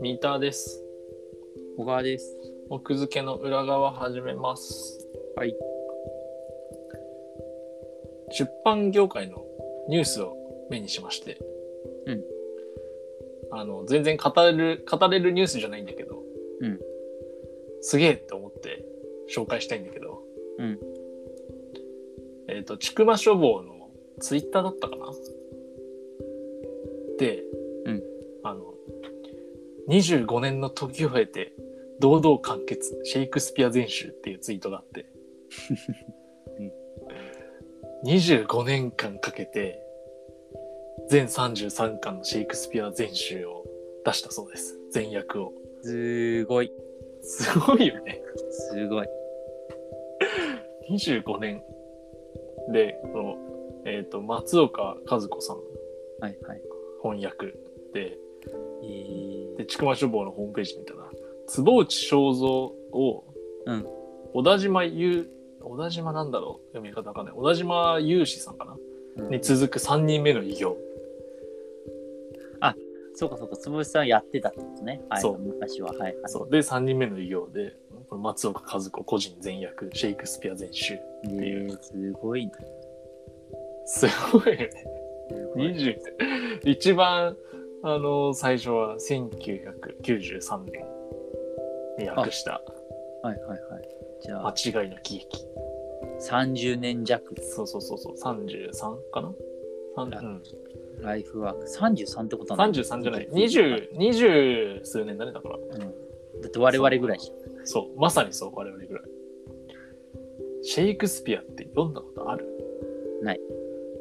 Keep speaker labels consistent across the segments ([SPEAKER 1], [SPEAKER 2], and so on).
[SPEAKER 1] 三田です。
[SPEAKER 2] 小川です。
[SPEAKER 1] 奥付けの裏側始めます。
[SPEAKER 2] はい。
[SPEAKER 1] 出版業界のニュースを目にしまして。
[SPEAKER 2] うん。
[SPEAKER 1] あの、全然語れる、語れるニュースじゃないんだけど。
[SPEAKER 2] うん。
[SPEAKER 1] すげえって思って紹介したいんだけど。
[SPEAKER 2] うん。
[SPEAKER 1] えっ、と、ちくま書房のツイッターだったかなで、
[SPEAKER 2] うん。
[SPEAKER 1] あの、25年の時を経て、堂々完結シェイクスピア全集っていうツイートがあって、
[SPEAKER 2] うん
[SPEAKER 1] 25年間かけて全33巻のシェイクスピア全集を出したそうです全訳を
[SPEAKER 2] すごい。
[SPEAKER 1] すごいよね
[SPEAKER 2] すごい。
[SPEAKER 1] 25年でこの、えー、と松岡和子さん
[SPEAKER 2] はいはい。
[SPEAKER 1] 翻訳で
[SPEAKER 2] えー、
[SPEAKER 1] で、ちくま書房のホームページ見たら、坪内正蔵を、
[SPEAKER 2] うん
[SPEAKER 1] 小田島優、小田島なんだろう読み方わかんない。小田島優志さんかな、に続く3人目の偉業。
[SPEAKER 2] そうかそうか、つぶしさんやってたってことね。はい、
[SPEAKER 1] そう
[SPEAKER 2] 昔は。はい、はい。
[SPEAKER 1] そう。で、3人目の偉業で、この松岡和子個人全役、シェイクスピア全集。
[SPEAKER 2] えー、すごいな。
[SPEAKER 1] すごいよね。
[SPEAKER 2] すごい
[SPEAKER 1] 20一番、あの、最初は1993年に訳した
[SPEAKER 2] はいはいはい。じゃあ、
[SPEAKER 1] 間違いの喜劇。
[SPEAKER 2] 30年弱、
[SPEAKER 1] そうそうそうそう、33かな三うん
[SPEAKER 2] ライフワーク。33ってことなんだ。
[SPEAKER 1] 33じゃない20 20数年だねだから
[SPEAKER 2] うん。だって我々ぐらいじ
[SPEAKER 1] そうまさにそう我々ぐらいシェイクスピアって読んだことある
[SPEAKER 2] ない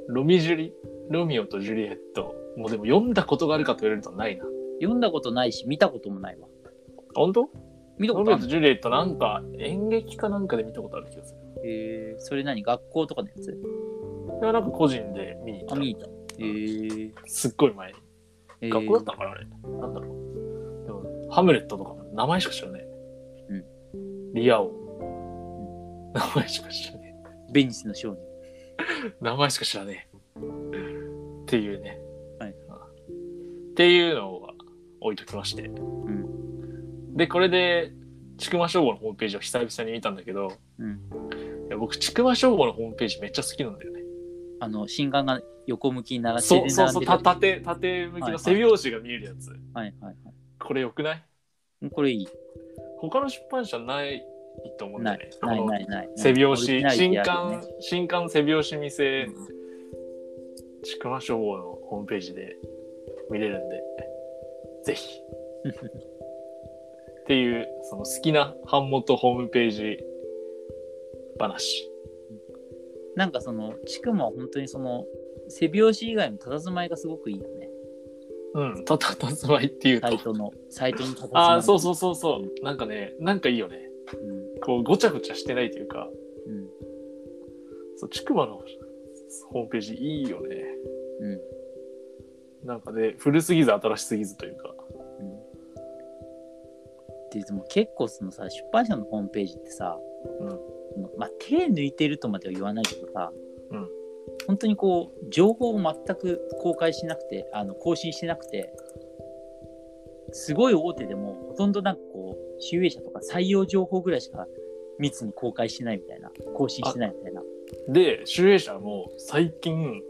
[SPEAKER 1] ロミジュリロミオとジュリエットもうでも読んだことがあるかと言われるとないな
[SPEAKER 2] ゃん。読んだことないし、見たこともないわ。
[SPEAKER 1] 本当
[SPEAKER 2] 見た
[SPEAKER 1] ロ
[SPEAKER 2] こ
[SPEAKER 1] ミ
[SPEAKER 2] と
[SPEAKER 1] オ
[SPEAKER 2] あ
[SPEAKER 1] と
[SPEAKER 2] る
[SPEAKER 1] ジュリエットなんか演劇かなんかで見たことある気がする
[SPEAKER 2] えー、それ何学校とかのやつ
[SPEAKER 1] いやなんか個人で見に行
[SPEAKER 2] あ、
[SPEAKER 1] っ
[SPEAKER 2] 見た。えー、
[SPEAKER 1] たすっごい前に
[SPEAKER 2] えー
[SPEAKER 1] 学校だったのかなあれなんだろうでもハムレットとかも名前しか知らない、リア王、名前しか知らない
[SPEAKER 2] ベニスの商人。
[SPEAKER 1] 名前しか知らねえ。っていうね。
[SPEAKER 2] はい
[SPEAKER 1] っていうのは置いときまして。で、これで、ちくま消防のホームページを久々に見たんだけど、
[SPEAKER 2] うん
[SPEAKER 1] いや僕、ちくま消防のホームページめっちゃ好きなんだよね。
[SPEAKER 2] あの、新刊が横向きになら
[SPEAKER 1] そうそうそう、た
[SPEAKER 2] はい
[SPEAKER 1] 縦、縦向きの背拍子が見えるやつ。
[SPEAKER 2] はいはい。
[SPEAKER 1] これ良くない
[SPEAKER 2] うんこれいい。
[SPEAKER 1] 他の出版社ないと思うんだ
[SPEAKER 2] な
[SPEAKER 1] よね
[SPEAKER 2] い。ない
[SPEAKER 1] この
[SPEAKER 2] ないない。
[SPEAKER 1] 背拍
[SPEAKER 2] オリジ
[SPEAKER 1] 子、
[SPEAKER 2] ナリテ
[SPEAKER 1] 新
[SPEAKER 2] ィあるよ
[SPEAKER 1] 刊、
[SPEAKER 2] ね
[SPEAKER 1] 新刊背拍子見せ、
[SPEAKER 2] うん
[SPEAKER 1] ちくま消防のホームページで見れるんで、ぜひ。 っていう、その好きな版元ホームページ話。
[SPEAKER 2] なんかその、ちくまは本当にその、背拍子以外の佇まいがすごくいいよね。
[SPEAKER 1] うん、たたたずまいっていう
[SPEAKER 2] サイ
[SPEAKER 1] と。
[SPEAKER 2] トの、サイトの佇まい。
[SPEAKER 1] ああ、そう
[SPEAKER 2] う。
[SPEAKER 1] そうそうそう。なんかね、なんかいいよね。
[SPEAKER 2] うん。
[SPEAKER 1] こう、ごちゃごちゃしてないというか、
[SPEAKER 2] うん。
[SPEAKER 1] そう、ちくまのホームページいいよね。
[SPEAKER 2] うん。
[SPEAKER 1] なんかね、古すぎず新しすぎずというか。
[SPEAKER 2] うんで、でも結構そのさ、出版社のホームページってさ、
[SPEAKER 1] うん
[SPEAKER 2] そのまあ、手抜いてるとまでは言わないけどさ、
[SPEAKER 1] うん
[SPEAKER 2] 本当にこう、情報を全く公開しなくて、あの更新してなくて、すごい大手でも、ほとんどなんかこう、集英社とか採用情報ぐらいしか密に公開してないみたいな、更新してないみたいな。
[SPEAKER 1] で、集英社も最近
[SPEAKER 2] うん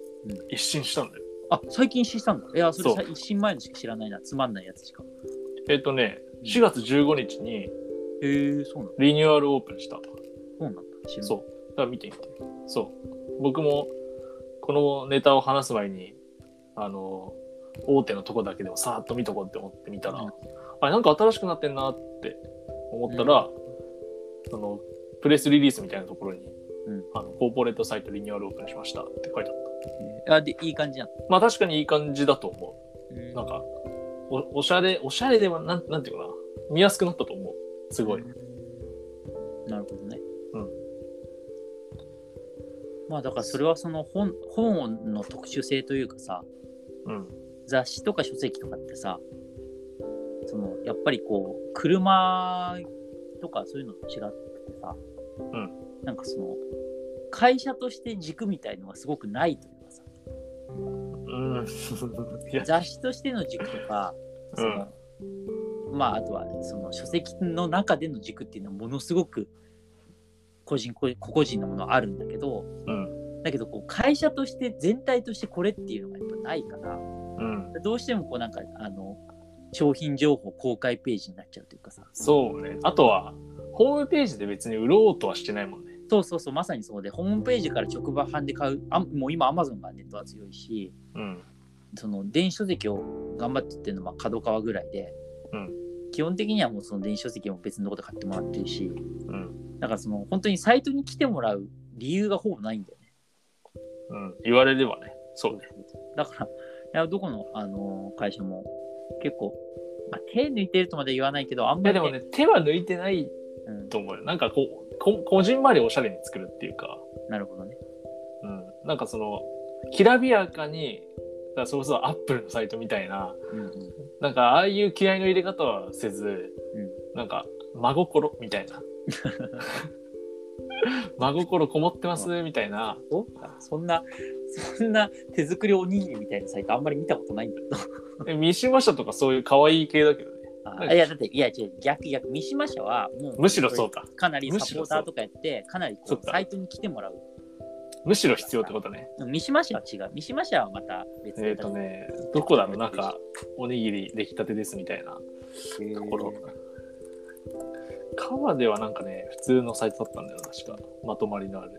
[SPEAKER 1] 一新したんだよ。
[SPEAKER 2] あ最近知ったんだ。いや、それ
[SPEAKER 1] そう
[SPEAKER 2] さ一新前のしか知らないな、つまんないやつしか。
[SPEAKER 1] えっ、とね、4月15日に
[SPEAKER 2] へえ、そうなんだ。
[SPEAKER 1] リニューアルオープンした。
[SPEAKER 2] そうなんだ。知らない
[SPEAKER 1] そう。だから見てみて。そう。僕も、このネタを話す前に、あの、大手のとこだけでもさーっと見とこうって思ってみたら、
[SPEAKER 2] うん
[SPEAKER 1] あれなんか新しくなってんなって思ったら、その、プレスリリースみたいなところに、
[SPEAKER 2] うん
[SPEAKER 1] あのコーポレートサイトリニューアルオープンしましたって書いてあった。
[SPEAKER 2] へーあ、で、いい感じなの。
[SPEAKER 1] まあ確かにいい感じだと思
[SPEAKER 2] うん
[SPEAKER 1] う。なんか、おおしゃれ、おしゃれではなん、なんていうかな、見やすくなったと思う。すごい。
[SPEAKER 2] なるほどね。
[SPEAKER 1] うん。
[SPEAKER 2] まあだからそれはその本本の特殊性というかさ、
[SPEAKER 1] うん。
[SPEAKER 2] 雑誌とか書籍とかってさ、そのやっぱりこう、車とかそういうのと違ってさ、
[SPEAKER 1] うん
[SPEAKER 2] なんかその、会社として軸みたいのがすごくないというかさ、
[SPEAKER 1] うん。 いや、
[SPEAKER 2] 雑誌としての軸とか、そのまああとはその書籍の中での軸っていうのはものすごく個人個個々人のものあるんだけど
[SPEAKER 1] うん。
[SPEAKER 2] だけどこう会社として全体としてこれっていうのがやっぱないから
[SPEAKER 1] うん。
[SPEAKER 2] どうしてもこうなんかあの商品情報公開ページになっちゃうというかさ
[SPEAKER 1] そうね。あとは、ホームページで別に売ろうとはしてないもんね。
[SPEAKER 2] そうそうそうまさにそうでホームページから直売販で買うあもう今アマゾンがネットは強いし
[SPEAKER 1] うん。
[SPEAKER 2] その電子書籍を頑張ってっていうのは角川ぐらいで、
[SPEAKER 1] うん
[SPEAKER 2] 基本的にはもうその電子書籍も別のとこで買ってもらってるし
[SPEAKER 1] うん。
[SPEAKER 2] だからその本当にサイトに来てもらう理由がほぼないんだよね
[SPEAKER 1] うん。言われればね。そうね。
[SPEAKER 2] だからいやどこの、あのー会社も結構、まあ、手抜いてるとまでは言わないけどあん
[SPEAKER 1] い
[SPEAKER 2] ま
[SPEAKER 1] や、
[SPEAKER 2] り
[SPEAKER 1] で
[SPEAKER 2] ね、
[SPEAKER 1] もね、手は抜いてない
[SPEAKER 2] うん、
[SPEAKER 1] と思うよ。なんかこう、こ、こじんまりおしゃれに作るっていうか、
[SPEAKER 2] なるほどね
[SPEAKER 1] うん。なんかその、きらびやかに、だからそれこそアップルのサイトみたいな、
[SPEAKER 2] うんうんうん
[SPEAKER 1] なんかああいう気合の入れ方はせず、なんか真心みた いな。真心こもってますみたいな。
[SPEAKER 2] そうかそんな そんな手作りおにぎりみたいなサイトあんまり見たことないんだけど
[SPEAKER 1] え三島社とかそういう可愛い系だけどね。
[SPEAKER 2] あ
[SPEAKER 1] はい
[SPEAKER 2] いやだっていや違う逆逆三島社はもう
[SPEAKER 1] むしろそうか。
[SPEAKER 2] かなり
[SPEAKER 1] む
[SPEAKER 2] サ
[SPEAKER 1] しろそ
[SPEAKER 2] ポ
[SPEAKER 1] う
[SPEAKER 2] ーターとかやってかなり
[SPEAKER 1] そ
[SPEAKER 2] こ
[SPEAKER 1] っ
[SPEAKER 2] う
[SPEAKER 1] か
[SPEAKER 2] サイトに来てもらう
[SPEAKER 1] むしろ必要ってことね。
[SPEAKER 2] でも三島社は違う三島社はまた別
[SPEAKER 1] えっ、とね、どこだろうなんか、おにぎり出来たてですみたいなところ。川ではなんかね、普通のサイトだったんだよな、確か。まとまりのある。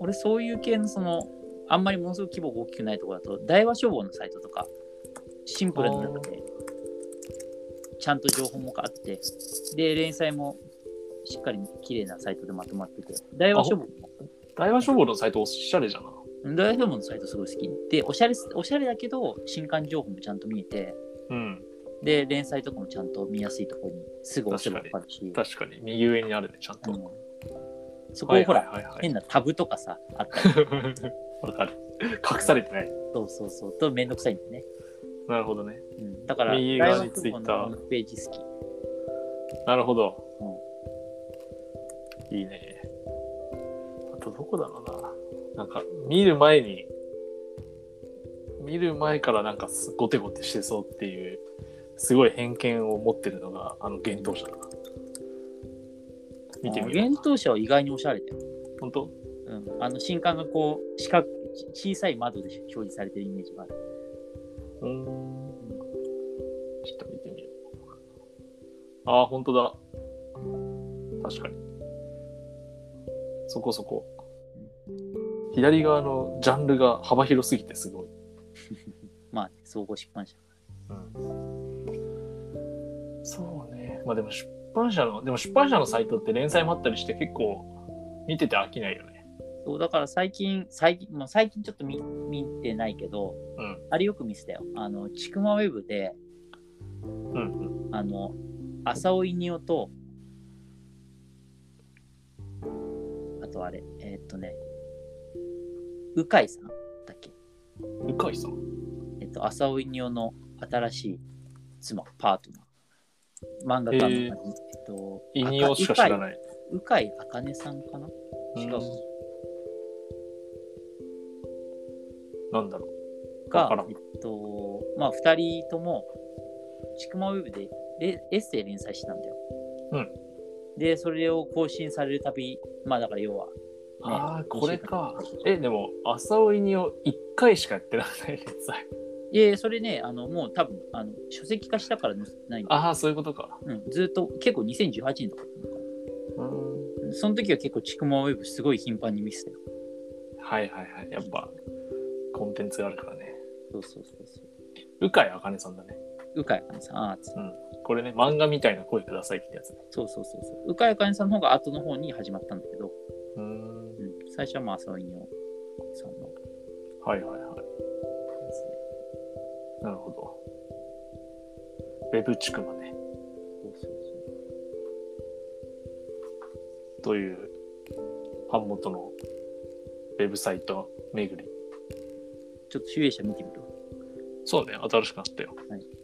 [SPEAKER 2] 俺そういう系のそのあんまりものすごく規模が大きくないところだと大和消防のサイトとかシンプルになってちゃんと情報もあってで連載もしっかり綺麗なサイトでまとまってて大和消防も
[SPEAKER 1] 大和消防のサイトおしゃれじゃな。
[SPEAKER 2] 大和消防のサイトすごい好きでおしゃれおしゃれだけど新刊情報もちゃんと見えて
[SPEAKER 1] うん。
[SPEAKER 2] で連載とかもちゃんと見やすいところにすぐ押せば分かるし、
[SPEAKER 1] 確かに。右上にあるね、ちゃんと。
[SPEAKER 2] うんそこ
[SPEAKER 1] は
[SPEAKER 2] を
[SPEAKER 1] い
[SPEAKER 2] ほら、
[SPEAKER 1] はいはいはい
[SPEAKER 2] 変なタブとかさあったり
[SPEAKER 1] わかる。隠されてない。
[SPEAKER 2] そうそうそうとめんどくさいんだよね、
[SPEAKER 1] なるほどね。
[SPEAKER 2] うん、だから
[SPEAKER 1] 右
[SPEAKER 2] 大
[SPEAKER 1] 側に
[SPEAKER 2] 学のホームページ好き
[SPEAKER 1] なるほど。いいね。あとどこだろうな。なんか見る前に、見る前からなんかすゴテゴテしてそうっていう、すごい偏見を持ってるのが、あの、幻冬者だな。見てみ
[SPEAKER 2] あ
[SPEAKER 1] よう
[SPEAKER 2] 幻。冬舎は意外におしゃれだよ、
[SPEAKER 1] 本当
[SPEAKER 2] うん、あの新刊がこう四角小さい窓で表示されてるイメージがある
[SPEAKER 1] うーん。ちょっと見てみよう。ああ、本当だ。確かに。そこそこ。左側のジャンルが幅広すぎてすごい。
[SPEAKER 2] まあ総合出版社
[SPEAKER 1] そうね。まあでも出版社の、でも出版社のサイトって連載もあったりして結構見てて飽きないよね。
[SPEAKER 2] そうだから最近最近もう最近ちょっと見見てないけど
[SPEAKER 1] うん。
[SPEAKER 2] あれよく見せたよあのちくまウェブで
[SPEAKER 1] うんうん。
[SPEAKER 2] あの浅尾稲夫とあとあれえーっとね鵜飼さんだっけ
[SPEAKER 1] 向井さん。
[SPEAKER 2] えっと、浅尾稲夫の新しい妻、パートナー。漫画家の、
[SPEAKER 1] へ
[SPEAKER 2] え
[SPEAKER 1] ー
[SPEAKER 2] っと、
[SPEAKER 1] イニオしか知らない。
[SPEAKER 2] うかいあかねさんかな
[SPEAKER 1] う
[SPEAKER 2] 違
[SPEAKER 1] ん
[SPEAKER 2] う。
[SPEAKER 1] なんだろわか
[SPEAKER 2] が
[SPEAKER 1] ら、ん
[SPEAKER 2] えっと、まあ、二人とも、ちくまウェブでレエッセイ連載してたんだよ。
[SPEAKER 1] うん。
[SPEAKER 2] で、それを更新されるたび、まあ、だから要は、
[SPEAKER 1] う。ああ、これか。え、でも、朝尾イニオ1回しかやってない連載。
[SPEAKER 2] で、それね、あの、もう多分、あの、書籍化したから載せてないんだよ。
[SPEAKER 1] ああ、そういうことか。
[SPEAKER 2] うん、ずっと、結構2018年とかだったのか
[SPEAKER 1] うん。
[SPEAKER 2] なその時は結構、ちくまウェブすごい頻繁に見せたよ。
[SPEAKER 1] はいはいはい。やっぱ、コンテンツがあるからね。
[SPEAKER 2] そうそうそうそう。
[SPEAKER 1] 鵜飼あかねさんだね。
[SPEAKER 2] うかいあかねさん、あーつ
[SPEAKER 1] これね、漫画みたいな声くださいってやつね。
[SPEAKER 2] そうそうそうそう。うかやかねさんの方が後の方に始まったんだけど、
[SPEAKER 1] うーん。
[SPEAKER 2] うん、最初はまあ、そういうのさんので
[SPEAKER 1] はいはいはい。
[SPEAKER 2] すね。
[SPEAKER 1] なるほど。ウェブチクマね。
[SPEAKER 2] そうそうそう。
[SPEAKER 1] という、版元のウェブサイト巡り。
[SPEAKER 2] ちょっと集英社見てみるわ
[SPEAKER 1] そうね、新しくなったよ。
[SPEAKER 2] はい